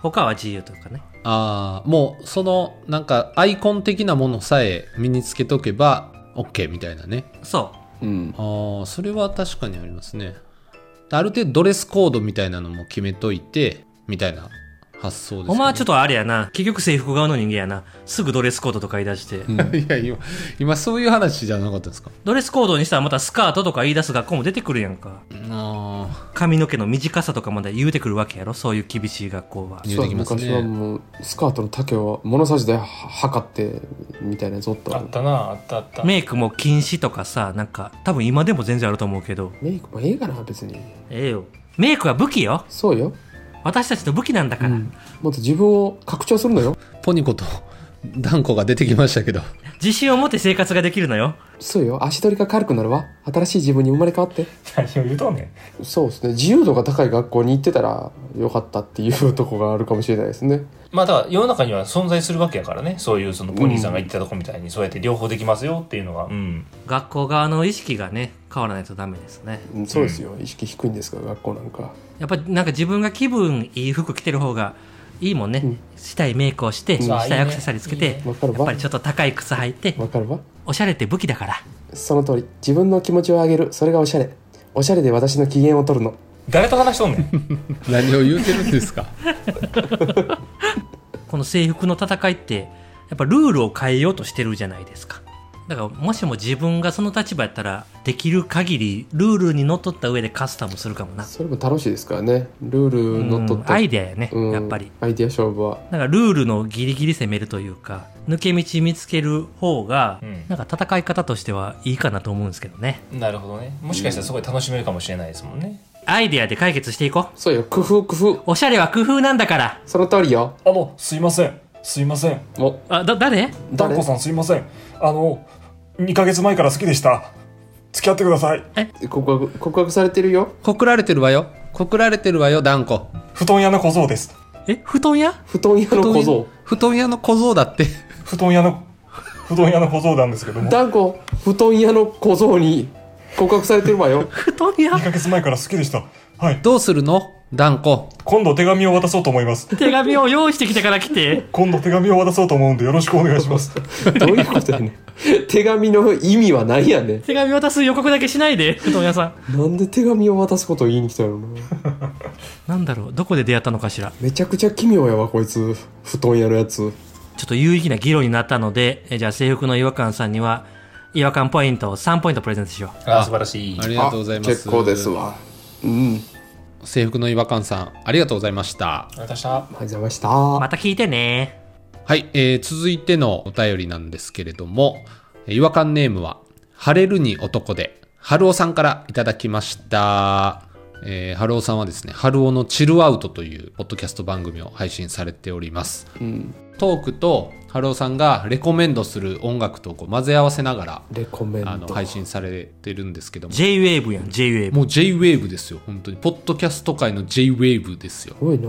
Speaker 4: 他は自由というかね。
Speaker 1: ああ、もうそのなんかアイコン的なものさえ身につけとけば OK みたいなね。
Speaker 4: そ
Speaker 2: うん。
Speaker 1: ああ、それは確かにありますね。ある程度ドレスコードみたいなのも決めといて、みたいな発想です、
Speaker 4: う。お前はちょ
Speaker 1: と。
Speaker 4: っとあれやな。結局制服側の人間やな。すぐドレスコードとか言い出して。
Speaker 1: いや、今、今そういう話じゃなかったですか。
Speaker 4: ドレスコードにしたらまたスカートとか言い出す学校も出てくるやんか。
Speaker 1: あ
Speaker 4: 髪の毛の短さとかまで言うてくるわけやろそういう厳しい学校は。
Speaker 1: 言うてきますね
Speaker 2: そうや昔はもう、スカートの丈を物差しで測って、みたいなやつおった
Speaker 3: あ
Speaker 2: わ
Speaker 3: ったな、あったあった。
Speaker 4: メイクも禁止とかさ、なんか、多分今でも全然あると思うけど。
Speaker 2: メイクもええかな、別に。
Speaker 4: ええよ。メイクは武器よ。
Speaker 2: そうよ。
Speaker 4: 私たちの武器なんだから。
Speaker 2: もっと自分を拡張するのよ。
Speaker 1: あ、ポニコとダンコが出てきました けど。
Speaker 4: 自信を持って生活ができるのよ。
Speaker 2: そうよ。足取りが軽くなるわ。新しい自分に生まれ変わって。
Speaker 3: 何を言うとんねん。
Speaker 2: そうですね。自由度が高い学校に行ってたら、よかったっていうとこがあるかもしれないですね。
Speaker 3: まあだから世の中には存在するわけやからね。そういうそのポニーさんが言ってたとこみたいに、そうやって両方できますよっていうのが。うん。
Speaker 4: 学校側の意識がね、変わらないとダメですね。
Speaker 2: うんそうですよ。意識低いんですから、学校なんか。
Speaker 4: やっぱなんか自分が気分いい服着てる方がいいもんね。
Speaker 2: うん
Speaker 4: したいメイクをして、
Speaker 3: あ
Speaker 4: した
Speaker 3: い
Speaker 4: い
Speaker 3: いね
Speaker 4: アクセサリーつけ
Speaker 3: いい
Speaker 4: て
Speaker 3: ね、
Speaker 2: わかる
Speaker 4: やっぱ
Speaker 2: わ
Speaker 4: り。ちょっと高い靴履いて、
Speaker 2: わかるわ。
Speaker 4: おしゃれって武器だから。
Speaker 2: その通り。自分の気持ちを上げる。それがおしゃれ。おしゃれで私の機嫌を取るの。
Speaker 3: 誰と話しとんねん。
Speaker 1: 何を言うてるんですか。
Speaker 4: この制服の戦いってやっぱルールを変えようとしてるじゃないですかだからもしも自分がその立場やったらできる限りルールにのっとった上でカスタムするかもな
Speaker 2: それも楽しいですからね。ルールのとっ
Speaker 4: うんア
Speaker 2: た
Speaker 4: イデアやね
Speaker 2: うん
Speaker 4: やっぱり
Speaker 2: アイデア勝負は。
Speaker 4: なんかルールのギリギリ攻めるというか抜け道見つける方が、
Speaker 3: うん
Speaker 4: なんか戦い方としてはいいかなと思うんですけどね
Speaker 3: なるほどね。もしかしたらすごい楽しめるかもしれないですもんね。
Speaker 4: アイデアで解決していこう
Speaker 2: そうよ。工夫工夫。
Speaker 4: おしゃれは工夫なんだから
Speaker 2: その通りよ。
Speaker 3: あの、すいません。すいません。
Speaker 2: も
Speaker 4: あだ誰
Speaker 2: う、誰
Speaker 3: さんすいません。あの、2ヶ月前から好きでした。付き合ってください。
Speaker 2: 告白、告白されてるよ。
Speaker 1: 告られてるわよ。告られてるわよ、断固。
Speaker 5: 布団屋の小僧です。
Speaker 4: え布団屋
Speaker 2: 布団屋の小僧。
Speaker 1: 布団屋の小僧だって。
Speaker 5: 布団屋の、布団屋の小僧なんですけども、
Speaker 2: 断固、布団屋の小僧に告白されてるわよ。
Speaker 4: 布団
Speaker 5: 2
Speaker 4: 屋
Speaker 5: ヶ月前から好きでした。はい。
Speaker 1: どうするの断固。
Speaker 5: 今度手紙を渡そうと思います。
Speaker 4: 手紙を用意してきたから来て。
Speaker 5: 今度手紙を渡そうと思うんでよろしくお願いします。
Speaker 2: どういうことやねん手紙の意味は何やねん
Speaker 4: 手紙渡す予告だけしないで、布団屋さん。
Speaker 2: なんで手紙を渡すことを言いに来たの
Speaker 4: なんだろう、どこで出会ったのかしら。
Speaker 2: めちゃくちゃ奇妙やわこいつ布団屋のやつ
Speaker 4: ちょっと有意義な議論になったので、えじゃあ制服の違和感さんには、違和感ポイントを3ポイントプレゼントしよう。
Speaker 3: あー素晴らしい
Speaker 1: あ。り
Speaker 2: あ
Speaker 1: がとうございます。
Speaker 2: 結構です。わうん
Speaker 1: 制服の違和感さん、ありがとうございました。
Speaker 5: ました。
Speaker 2: ありがとうございましたは
Speaker 4: また聞いてね。
Speaker 1: はい、えー、続いてのお便りなんですけれども、えー違和感ネームは、晴れるに男で、春尾さんからいただきました。えー、春尾さんはですね、春尾のチルアウトというポッドキャスト番組を配信されております。トークと春尾さんがレコメンドする音楽とこう混ぜ合わせながら、
Speaker 2: レコメン
Speaker 1: あの、
Speaker 2: ド
Speaker 1: 配信されてるんですけども、
Speaker 4: J-Wave やん、J-Wave。
Speaker 1: もう J-Wave ですよ、本当に。ポッドキャスト界の J-Wave ですよ。
Speaker 2: すごいな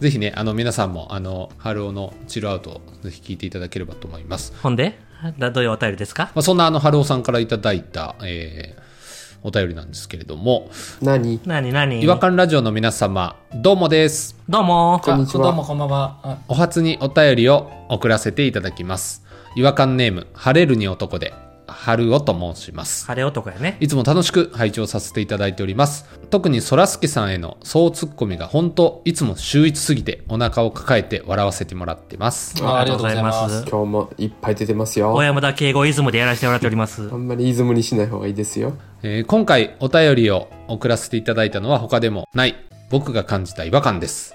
Speaker 1: ぜひね、あの、皆さんも、あの、春尾のチルアウト、ぜひ聞いていただければと思います。
Speaker 4: ほんでだどういうお便りですか
Speaker 1: まあ、そんなあの、春尾さんからいただいた、えーお便りなんですけれども、
Speaker 2: 何
Speaker 4: なになに
Speaker 1: 違和感ラジオの皆様、どうもです。
Speaker 4: どうも
Speaker 2: こんにち
Speaker 5: どう
Speaker 2: は
Speaker 5: もこんばんは。あ
Speaker 1: お初にお便りを送らせていただきます。違和感ネーム、晴れるに男で、春尾と申します。
Speaker 4: 晴れ男やね。
Speaker 1: いつも楽しく拝聴させていただいております。特にそらすけさんへの総ツッコミが本当いつも秀逸すぎてお腹を抱えて笑わせてもらってます。
Speaker 5: あありがとうござい
Speaker 4: あ
Speaker 5: ま
Speaker 4: りがとうござい
Speaker 5: す。
Speaker 2: 今日もいっぱい出てます
Speaker 4: 小
Speaker 2: よ
Speaker 4: 山田敬吾イズムでやらせてもらっております
Speaker 2: あ。んまりイズムにしない方がいいですよ
Speaker 1: えー今回お便りを送らせていただいたのは他でもない僕が感じた違和感です。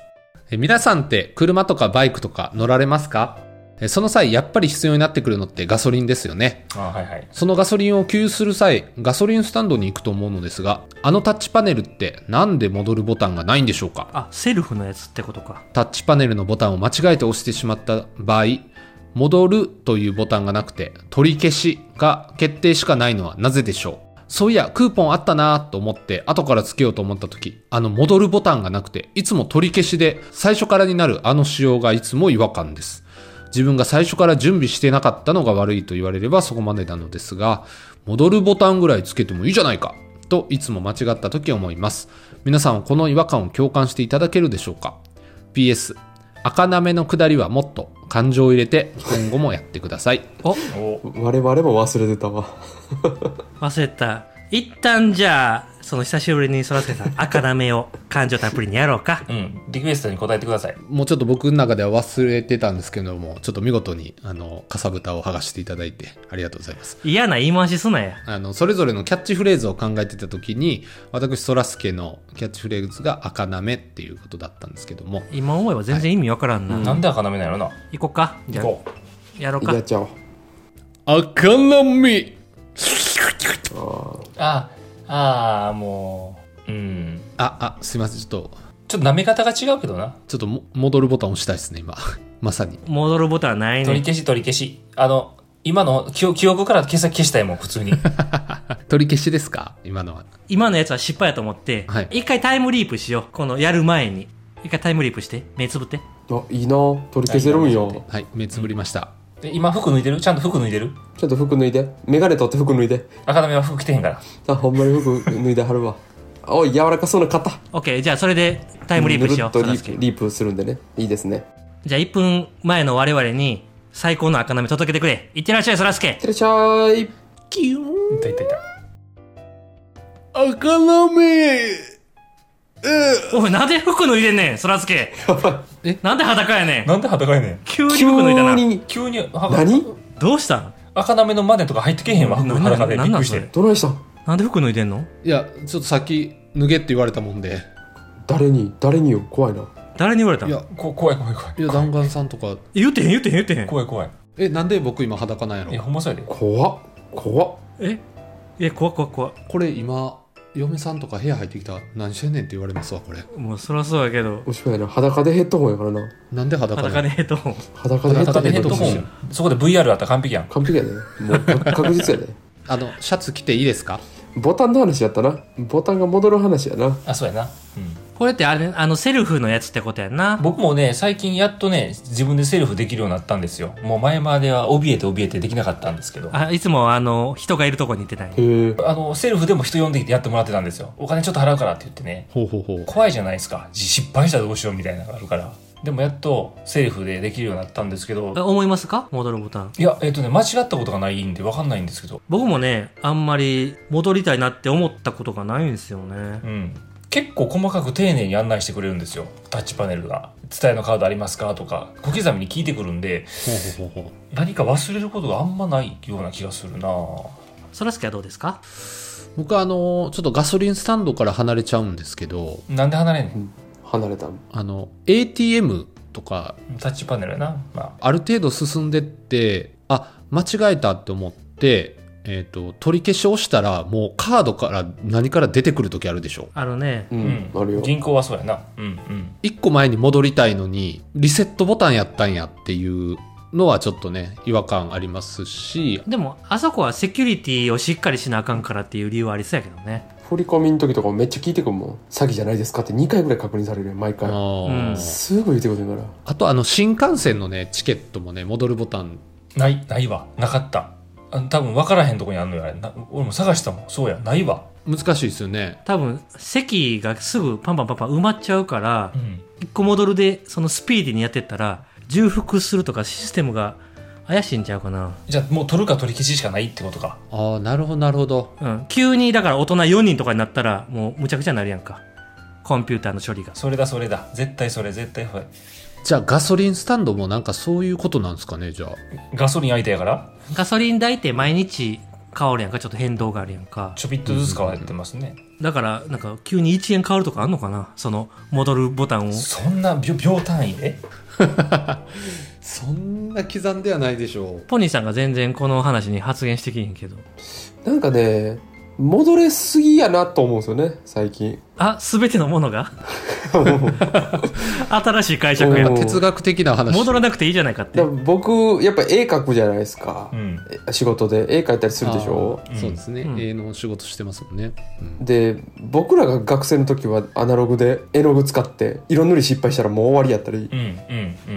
Speaker 1: えー皆さんって車とかバイクとか乗られますかえーその際やっぱり必要になってくるのってガソリンですよね。
Speaker 5: あはいはい。
Speaker 1: そのガソリンを給油する際、ガソリンスタンドに行くと思うのですが、あのタッチパネルってなんで戻るボタンがないんでしょうか
Speaker 4: あ、セルフのやつってことか。
Speaker 1: タッチパネルのボタンを間違えて押してしまった場合、戻るというボタンがなくて、取り消しが決定しかないのはなぜでしょうそういや、クーポンあったなぁと思って、後からつけようと思った時、あの戻るボタンがなくて、いつも取り消しで、最初からになるあの仕様がいつも違和感です。自分が最初から準備してなかったのが悪いと言われればそこまでなのですが、戻るボタンぐらいつけてもいいじゃないかといつも間違った時思います。皆さんはこの違和感を共感していただけるでしょうか ?PS、赤なめの下りはもっと感情を入れて今後もやってください。
Speaker 4: お、
Speaker 5: お
Speaker 2: 我々も忘れてたわ
Speaker 4: 忘れた。一旦じゃあ、その久しぶりにそらすけさん、赤なめを感情たっぷりにやろうか。
Speaker 3: うん。リクエストに答えてください。
Speaker 1: もうちょっと僕の中では忘れてたんですけども、ちょっと見事にあの、かさぶたを剥がしていただいてありがとうございます。
Speaker 4: 嫌な言い回しすなや。
Speaker 1: あの、それぞれのキャッチフレーズを考えてた時に、私、そらすけのキャッチフレーズが赤なめっていうことだったんですけども、
Speaker 4: 今思えば全然意味わからんな。
Speaker 5: なんで赤なめなんやろな。
Speaker 4: 行こうか。じゃ
Speaker 5: 行
Speaker 4: あ
Speaker 5: こ
Speaker 4: やろう
Speaker 2: いや
Speaker 4: か
Speaker 2: っ。ちゃおう
Speaker 1: 赤なめ
Speaker 5: う。あああ、もう。うん。
Speaker 1: あ、あ、すいません、ちょっと、
Speaker 3: ちょっと舐め方が違うけどな。
Speaker 1: ちょっとも戻るボタン押したいですね、今。 まさに。
Speaker 4: 戻るボタンはない
Speaker 3: 取り
Speaker 4: ね。
Speaker 3: 消し取り消し。あの、今の記記憶から消さ消したいもん、普通に。
Speaker 1: 取り消しですか今のは。
Speaker 4: 今のやつは失敗やと思って、
Speaker 1: はい
Speaker 4: 一回タイムリープしよう。このやる前に。一回タイムリープして。目つぶって。
Speaker 2: あいいな取り消せるんよ
Speaker 1: はい、目つぶりました。
Speaker 3: で今服脱いでるちゃんと服脱いでる
Speaker 2: ちょっと服脱いで眼鏡取って服脱いで
Speaker 3: 赤なめは服着てへんから。
Speaker 2: あほんまに服脱いではるわ おい柔らかそうな肩
Speaker 4: オッケーじゃあそれでタイムリープしよう。
Speaker 2: ぬるっと
Speaker 4: そら
Speaker 2: リ
Speaker 4: すけ
Speaker 2: ープリープするんでねいいですね
Speaker 4: じゃあ1分前の我々に最高の赤なめ届けてくれ。いってらっしゃい、そらすけ
Speaker 2: いっ。てらっしゃい
Speaker 1: キュン
Speaker 5: いたいたいた。
Speaker 1: 赤なめ
Speaker 4: おい、なんで服脱いでんねん、そらすけ。
Speaker 1: え
Speaker 4: なんで裸やねん。
Speaker 5: なんで裸やねん。
Speaker 4: 急に服脱いだな。
Speaker 2: に
Speaker 3: 急に、
Speaker 2: 何
Speaker 4: どうしたん
Speaker 3: 赤なめのマネとか入ってけへんわ、服
Speaker 4: な
Speaker 3: 裸で。
Speaker 4: な
Speaker 3: びっくりし
Speaker 4: なん
Speaker 3: て
Speaker 4: な。
Speaker 2: どないしたん
Speaker 4: なんで服脱いでんの
Speaker 1: いや、ちょっとさっき、脱げって言われたもんで。
Speaker 2: 誰に誰によ怖いな
Speaker 4: 誰に言われた
Speaker 1: い
Speaker 4: ん
Speaker 1: や、
Speaker 5: こ怖い怖い怖
Speaker 1: い。
Speaker 5: い
Speaker 1: や、弾丸さんとか、
Speaker 4: 言ってへん、言ってへん、言ってへん。
Speaker 5: 怖い怖い。
Speaker 1: え、なんで僕今裸なんや
Speaker 5: え、
Speaker 1: ろ
Speaker 5: ほんまそうやで。
Speaker 2: 怖っ怖っ
Speaker 4: ええ、怖っ怖っ怖っ
Speaker 1: これ今、嫁さんとか部屋入ってきた何してんねんって言われますわ、これ。
Speaker 4: もうそらそうやけど、
Speaker 2: もしくはな裸でヘッドホンやからな
Speaker 1: なんで裸なんやろ
Speaker 4: 裸でヘッドホン。
Speaker 2: 裸でヘッドホ
Speaker 3: 赤
Speaker 2: ン
Speaker 3: でヘッドホン。そこで VR あったら完璧やん。
Speaker 2: 完璧やねもう確確実やね
Speaker 1: あの、シャツ着ていいですか
Speaker 2: ボタンの話やったなボタンが戻る話やな
Speaker 3: あ、そうやな。うん。
Speaker 4: これってあれ、あの、セルフのやつってことやんな。
Speaker 3: 僕もね、最近やっとね、自分でセルフできるようになったんですよ。もう前までは怯えて怯えてできなかったんですけど。
Speaker 4: あいつも、あの、人がいるとこに行ってたんや
Speaker 2: へえ
Speaker 3: あの、セルフでも人呼んできてやってもらってたんですよ。お金ちょっと払うからって言ってね。
Speaker 1: ほうほうほう。
Speaker 3: 怖いじゃないですか。じ失敗したらどうしようみたいなのがあるから。でもやっとセルフでできるようになったんですけど
Speaker 4: え、思いますか戻るボタン。
Speaker 3: いや、えっ、とね、間違ったことがないんでわかんないんですけど。
Speaker 4: 僕もね、あんまり戻りたいなって思ったことがないんですよね
Speaker 3: う。ん。結構細かく丁寧に案内してくれるんですよ。タッチパネルが。伝えのカードありますかとか、小刻みに聞いてくるんで、
Speaker 1: ほうほうほうほう。
Speaker 3: 何か忘れることがあんまないような気がするなぁ
Speaker 4: そらすけはどうですか
Speaker 1: 僕はあの、ちょっとガソリンスタンドから離れちゃうんですけど、
Speaker 3: なんで離れんね
Speaker 2: 離れた
Speaker 1: あの、ATM とか、
Speaker 3: んタッチパネルやな。ま
Speaker 1: ある程度進んでって、あ、間違えたって思って、えっ、と、取り消しをしたら、もうカードから何から出てくる時あるでしょ。
Speaker 4: あのね、
Speaker 2: う
Speaker 3: あ。
Speaker 2: ん、あるよ
Speaker 3: 銀行はそうやな。うんうん。
Speaker 1: 一個前に戻りたいのに、リセットボタンやったんやっていうのはちょっとね、違和感ありますし、
Speaker 4: でも、あそこはセキュリティをしっかりしなあかんからっていう理由はありそうやけどね。
Speaker 2: 振り込みの時とかもめっちゃ聞いてくるもん詐欺じゃないですかって2回ぐらい確認されるよ毎
Speaker 1: あ
Speaker 2: 回
Speaker 1: ー
Speaker 4: うん
Speaker 2: すぐ言ってくるから
Speaker 1: あとあの、新幹線のね、チケットもね、戻るボタン、
Speaker 3: ない、ないわ。なかった。あ多分分からへんとこにあんのよ、あれ。な俺も探したもん。そうや、ないわ。
Speaker 1: 難しいですよね。
Speaker 4: 多分、席がすぐパンパンパンパン埋まっちゃうから
Speaker 3: う、ん。
Speaker 4: 一個戻るで、そのスピーディーにやってったら、重複するとかシステムが怪しいんちゃうかな。
Speaker 3: じゃあもう取るか取り消ししかないってことか。
Speaker 1: ああ、なるほど、なるほど。
Speaker 4: うん。急に、だから大人4人とかになったら、もうむちゃくちゃになるやんか。コンピューターの処理が。
Speaker 3: それだ、それだ。絶対それ、絶対それ。
Speaker 1: じゃあガソリンスタンドもなんかそういうことなんですかね、じゃあ。
Speaker 3: ガソリン相手やから、
Speaker 4: ガソリン代って毎日変わるやんか、ちょっと変動があるやんか。
Speaker 3: ちょびっとずつ変わってますね。
Speaker 4: だから、なんか急に1円変わるとかあんのかなその、戻るボタンを。
Speaker 3: そんな秒秒単位で
Speaker 1: そんな刻んではないでしょう。
Speaker 4: ポニーさんが全然この話に発言してきへんけど。
Speaker 2: なんかね戻れすぎやなと思うんですよね最近
Speaker 4: あ、すべてのも のが新しい解釈
Speaker 2: う
Speaker 4: や
Speaker 2: ん。
Speaker 1: 哲学的な話。
Speaker 4: 戻らなくていいじゃないかって
Speaker 2: だから。僕やっぱ絵描くじゃないですか
Speaker 3: う、ん。
Speaker 2: え仕事で絵描いたりするでしょ
Speaker 1: あーそうですね。
Speaker 4: うん
Speaker 1: 芸能仕事してますもんね。うん
Speaker 2: で僕らが学生の時はアナログで絵の具使って色塗り失敗したらもう終わりやったり
Speaker 3: うん、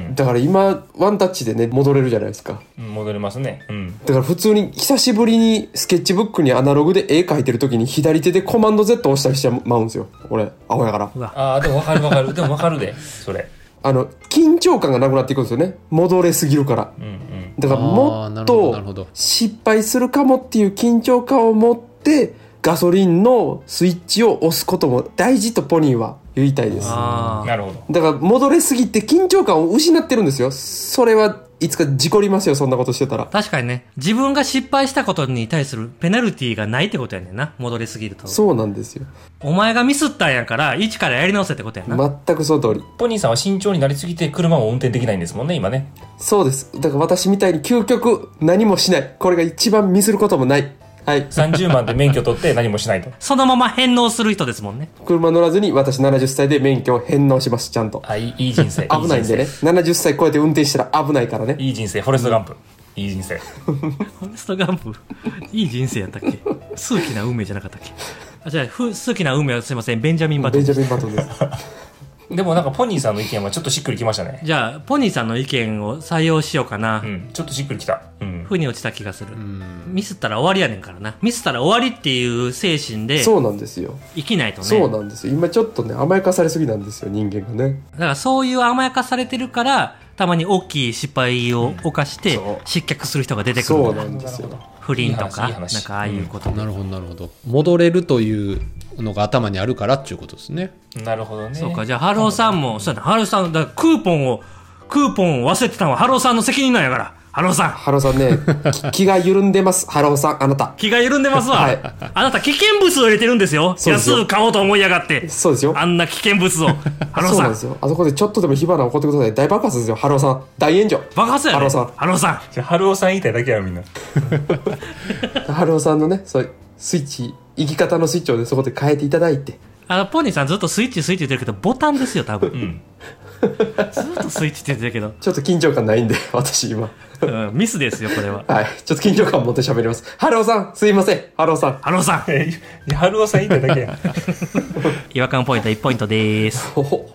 Speaker 3: うん、
Speaker 2: だから今ワンタッチでね戻れるじゃないですか
Speaker 3: うん。戻れますね。うん。
Speaker 2: だから普通に久しぶりにスケッチブックにアナログで絵描いてる時に左手でコマンド Z 押したりしてまうんですよ俺青やから
Speaker 4: うわ、
Speaker 3: ああ、でも分かる分かる。でも分かるで、 それ。
Speaker 2: あの緊張感がなくなっていくんですよね戻れすぎるから
Speaker 3: うん、うん。
Speaker 2: だから
Speaker 1: あー
Speaker 2: も
Speaker 1: な
Speaker 2: っ
Speaker 1: るほど、なる
Speaker 2: と
Speaker 1: ほど。
Speaker 2: 失敗するかもっていう緊張感を持ってガソリンのスイッチを押すことも大事とポニーは言いたいです
Speaker 4: あ
Speaker 3: な
Speaker 4: あ。
Speaker 3: るほど。
Speaker 2: だから戻れすぎて緊張感を失ってるんですよそれはいつか事故りますよそんなことしてたら
Speaker 4: 確かにね、自分が失敗したことに対するペナルティーがないってことやねんな。戻りすぎると。
Speaker 2: そうなんですよ
Speaker 4: お前がミスったんやから、一からやり直せってことやな。
Speaker 2: 全くその通り
Speaker 3: ポニーさんは慎重になりすぎて車も運転できないんですもんね、今ね。
Speaker 2: そうですだから私みたいに究極何もしないこれが一番ミスることもないはい
Speaker 3: 30万で免許取って何も しないと。
Speaker 4: そのまま返納する人ですもんね。
Speaker 2: 車乗らずに私70歳で免許を返納しますちゃんと
Speaker 3: あ、いいいい人生。
Speaker 2: 危ないんでね70歳超えて運転したら危ないからね
Speaker 3: いい人生、フォレストガンプ。いい人生。
Speaker 4: フォレストガンプ、いい人生やったっけ数奇な運命じゃなかったっけあ、じゃあ、ふ数奇な運命はすいません。ベンジャミン・バト
Speaker 2: ベ
Speaker 4: ン
Speaker 2: ン
Speaker 4: で
Speaker 2: ジャ
Speaker 4: した。
Speaker 2: ミン・バトンです
Speaker 3: でもなんかポニーさんの意見はちょっとしっくりきましたね。
Speaker 4: じゃあ、ポニーさんの意見を採用しようかな。
Speaker 3: うん、ちょっとしっくりきた。うん。
Speaker 4: ふに落ちた気がする。
Speaker 1: うん。
Speaker 4: ミスったら終わりやねんからな。ミスったら終わりっていう精神で
Speaker 2: そうなんですよ
Speaker 4: 生きないとね。
Speaker 2: そうなんですよ今ちょっとね甘やかされすぎなんですよ人間がね
Speaker 4: だからそういう甘やかされてるから、たまに大きい失敗を犯して
Speaker 3: そう
Speaker 4: 失脚する人が出てくるんだ
Speaker 2: そうなんですよ
Speaker 4: 不倫とか、
Speaker 3: いい話いい
Speaker 4: なん
Speaker 3: 話
Speaker 4: かああいうことで。
Speaker 1: なるほど、なるほど。戻れるというのが頭にあるからっていうことですね。
Speaker 3: なるほどね。
Speaker 4: そうか、じゃあ、ハローさんも、そうやな、ハローさん、だからクーポンを、クーポンを忘れてたのはハローさんの責任なんやから、ハローさん、
Speaker 2: ハローさん ねき気が緩んでますハローさんあなた
Speaker 4: 気が緩んでますわ。
Speaker 2: はい
Speaker 4: あなた、危険物を入れてるんですよ。
Speaker 2: そうですよ
Speaker 4: 安く買おうと思いやがって。
Speaker 2: そうですよ
Speaker 4: あんな危 険物を。ハロー
Speaker 2: そうな
Speaker 4: さ
Speaker 2: ん
Speaker 4: ん
Speaker 2: で、すよあそこでちょっとでも火花起こってください大爆発ですよハローさん大炎上
Speaker 4: 爆発やね
Speaker 2: ハローさん
Speaker 4: ハローさん。
Speaker 3: じゃあ、春尾さん言いたいだけやろ、みんな。
Speaker 2: ハローさんのねそうスイッチ生き方のスイッチをねそこで変えていただいて
Speaker 4: あの、ポニーさんずっとスイッチスイッチ言ってるけど、ボタンですよ、多分。
Speaker 3: うん。
Speaker 4: ずっとスイッチって言ってたけど、
Speaker 2: ちょっと緊張感ないんで、 私今。
Speaker 4: うん、ミスですよ、これ は。
Speaker 2: はい。ちょっと緊張感持って喋ります。ハローさん、すいません。ハローさん。
Speaker 4: ハローさん、
Speaker 3: 春尾さん言っただけやん。
Speaker 4: 違和感ポイント1ポイントです。
Speaker 2: ほほ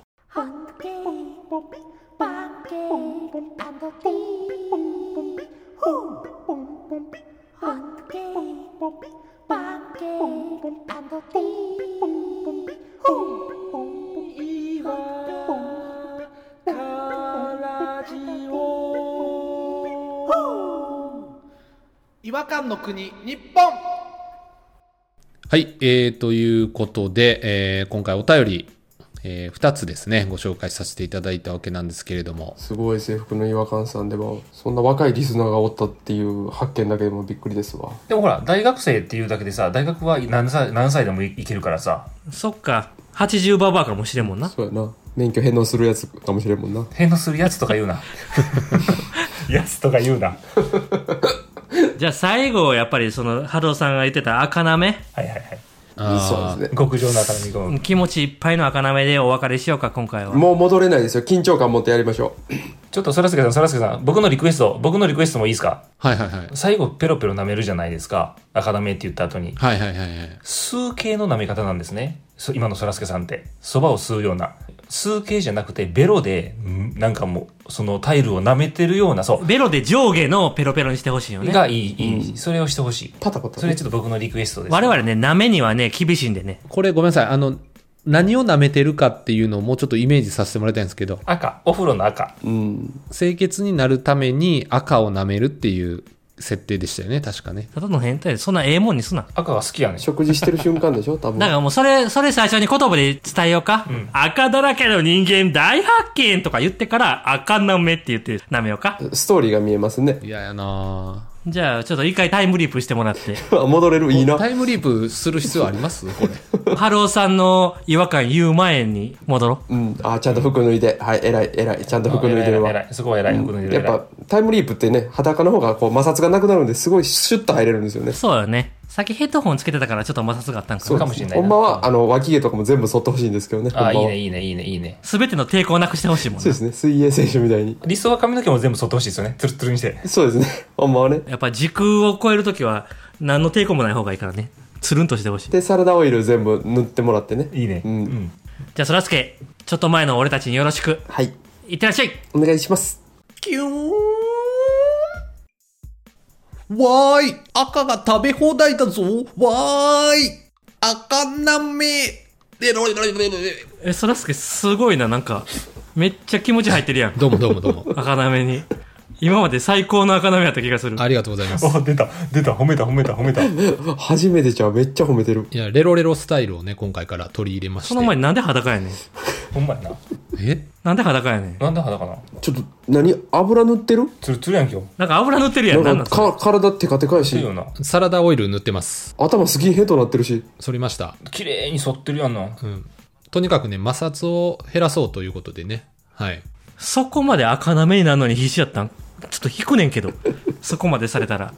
Speaker 6: Hunky,
Speaker 7: 違和感の国日本
Speaker 1: はい、えー、ということで、えー今回お便り、え2つですね、ご紹介させていただいたわけなんですけれども、
Speaker 2: すごい制服の違和感さんでも、そんな若いリスナーがおったっていう発見だけでもびっくりですわ。
Speaker 3: でもほら、大学生っていうだけでさ、大学は何歳何歳でもいいけるからさ、
Speaker 4: そっか、80ババアかもしれんもんな。
Speaker 2: そうやな。免許返納するやつかもしれんもんな。
Speaker 3: 返納するやつとか言う な。やつとか言うな。
Speaker 4: じゃあ最後、やっぱりその、ハローさんが言ってた赤なめ、
Speaker 3: はいはいはい。
Speaker 1: あ
Speaker 2: そうですね。
Speaker 3: 極上の赤身ご
Speaker 4: 気持ちいっぱいの赤なめでお別れしようか、今回は。
Speaker 2: もう戻れないですよ。緊張感持ってやりましょう。
Speaker 3: ちょっとそらすけさん、そらすけさん、僕のリクエスト、僕のリクエストもいいですか
Speaker 1: ーはいはいはい。
Speaker 3: 最後、ペロペロ舐めるじゃないですか。赤舐めって言った後に。
Speaker 1: はいはいはいはい。
Speaker 3: 数形の舐め方なんですね。そ今のそらすけさんって。蕎麦を吸うような。数形じゃなくて、ベロで、んなんかもう、そのタイルを舐めてるような、そう。
Speaker 4: ベロで上下のペロペロにしてほしいよね。
Speaker 3: がいい、いい。それをしてほしい。
Speaker 2: パタパタ
Speaker 3: それちょっと僕のリクエストです。
Speaker 4: 我々ね、なめにはね、厳しいんでね。
Speaker 1: これごめんなさい、あの、何を舐めてるかっていうのをもうちょっとイメージさせてもらいたいんですけど、
Speaker 3: 赤。お風呂の赤。
Speaker 2: うん。
Speaker 1: 清潔になるために赤を舐めるっていう設定でしたよね、確かね。
Speaker 4: ただの変態で、そんなええもんにすな。
Speaker 3: 赤が好きやねん。
Speaker 2: 食事してる瞬間でしょ多分。
Speaker 4: だからもうそれ、それ最初に言葉で伝えようか。赤だらけの人間大発見とか言ってから、赤なめって言って舐めようか。
Speaker 2: ストーリーが見えますね。
Speaker 1: いややなぁ
Speaker 4: じゃあ、ちょっと一回タイムリープしてもらって。
Speaker 2: あ戻れるいいな。
Speaker 1: タイムリープする必要あり ますこれ。
Speaker 4: ハローさんの違和感言う前に戻ろ
Speaker 2: うん。あ、ちゃんと服脱いで。はい、偉い、偉い。ちゃんと服脱いでる
Speaker 3: 偉い
Speaker 2: わ。
Speaker 3: 偉い。そこは偉い。僕の
Speaker 2: やっ
Speaker 3: 偉い。
Speaker 2: ぱタイムリープってね、裸の方がこう摩擦がなくなるんですごいシュッと入れるんですよね
Speaker 4: う。。そうよね。さっきヘッドホンつけてたからちょっと摩擦があったんか
Speaker 3: う
Speaker 4: な。
Speaker 3: かもしれない
Speaker 2: ほ
Speaker 3: な
Speaker 2: んまは、あの、脇毛とかも全部剃ってほしいんですけどね。
Speaker 3: あ、い
Speaker 2: ほんま
Speaker 3: い
Speaker 2: は
Speaker 3: ね、いいね、いいね、いいね。
Speaker 4: すべての抵抗なくしてほしいもん
Speaker 2: そう
Speaker 4: ね
Speaker 2: で。すね。水泳選手みたいに。
Speaker 3: 理想は髪の毛も全部剃ってほしいですよね。ツルッツルにして。
Speaker 2: そうですね。ほんまはね。
Speaker 4: やっぱ時空を超えるときは、何の抵抗もない方がいいからね。つるんとしてほしい。じ
Speaker 2: で、サラダオイル全部塗ってもらってね。
Speaker 3: いいね。
Speaker 2: うん
Speaker 3: うん。
Speaker 4: ゃあ、そらすけ、ちょっと前の俺たちによろしく。
Speaker 2: はい。
Speaker 4: いってらっしゃい
Speaker 2: お願いします。
Speaker 7: わーい赤が食べ放題だぞわーい赤なめでろいろいろいろいろ
Speaker 4: え、そらすけ、すごいな、なんか、めっちゃ気持ち入ってるやん。
Speaker 1: どうもどうもどうも。
Speaker 4: 赤なめに。今まで最高の赤なめやった気がする。
Speaker 1: ありがとうございます。
Speaker 3: お、出た。出た。褒めた、褒めた、褒めた。
Speaker 2: 初めてじゃうめっちゃ褒めてる。
Speaker 1: いや、レロレロスタイルをね、今回から取り入れまして。
Speaker 4: その前になんで裸やねん。
Speaker 3: ほんまやな。
Speaker 1: え
Speaker 4: なんで裸やねん。
Speaker 3: なんで肌かな
Speaker 2: ちょっと、何油塗ってる
Speaker 3: ツルツルやん、今日。
Speaker 4: なんか油塗ってるやん。な
Speaker 2: なんん
Speaker 4: なん
Speaker 2: か
Speaker 4: それ
Speaker 2: か、体テカテカや
Speaker 3: いい
Speaker 2: し
Speaker 3: よ、な。
Speaker 1: サラダオイル塗ってます。
Speaker 2: 頭スキンヘッドなってるし。
Speaker 1: 剃りました。
Speaker 3: 綺麗に剃ってるやんな。
Speaker 1: うん。とにかくね、摩擦を減らそうということでね。はい。
Speaker 4: そこまで赤なめになるのに必死やったんちょっと引くねんけど。そこまでされたら。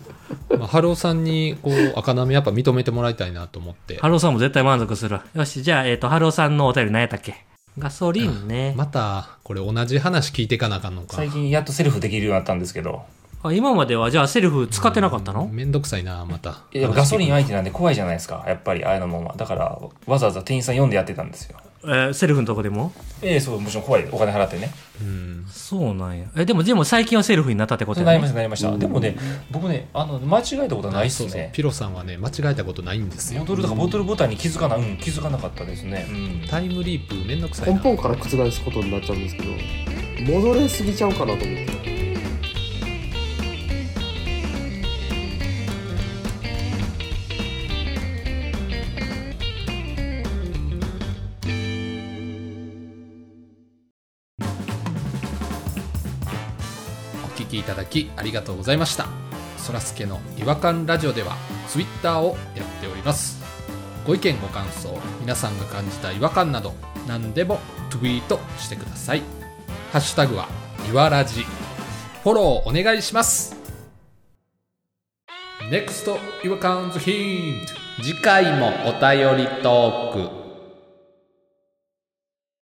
Speaker 1: まあ、春尾さんに、こう、赤なめやっぱ認めてもらいたいなと思って。
Speaker 4: ハローさんも絶対満足するわ。よし、じゃあ、えっ、と、ハローさんのお便り何やったっけガソリンね。
Speaker 1: また、これ同じ話聞いていかなあかんのか。
Speaker 3: 最近やっとセルフできるようになったんですけど。
Speaker 4: あ今までは、じゃあセルフ使ってなかったの、
Speaker 1: めんどくさいな、また。
Speaker 3: いやガソリン相手なんで怖いじゃないですか。やっぱり、ああいうのもんは。だから、わざわざ店員さん呼んでやってたんですよ。
Speaker 4: えーセルフのとこでも
Speaker 3: ええ、そう、もちろん怖い。お金払ってね。
Speaker 1: うん。
Speaker 4: そうなんや。え、でも、でも最近はセルフになったってこと
Speaker 3: そう
Speaker 4: や
Speaker 3: なりまし。
Speaker 4: ね
Speaker 3: た、なりました。でもね、僕ね、あの、間違えたことはないっす
Speaker 1: そうそう
Speaker 3: ね。
Speaker 1: ピロさんはね、間違えたことないんですよ。
Speaker 3: ボトルとかボトルボタンに気づかな、うん、気づかなかったですね。うん。
Speaker 1: タイムリープめんどくさい
Speaker 2: 根
Speaker 1: な。
Speaker 2: 本から覆すことになっちゃうんですけど、戻れすぎちゃうかなと思って。
Speaker 1: お聞きいただきありがとうございましたそらすけの違和感ラジオではツイッターをやっておりますご意見ご感想皆さんが感じた違和感など何でもツイートしてくださいハッシュタグはいわらじフォローお願いします NEXT 違和感ズヒント次回もお便りトーク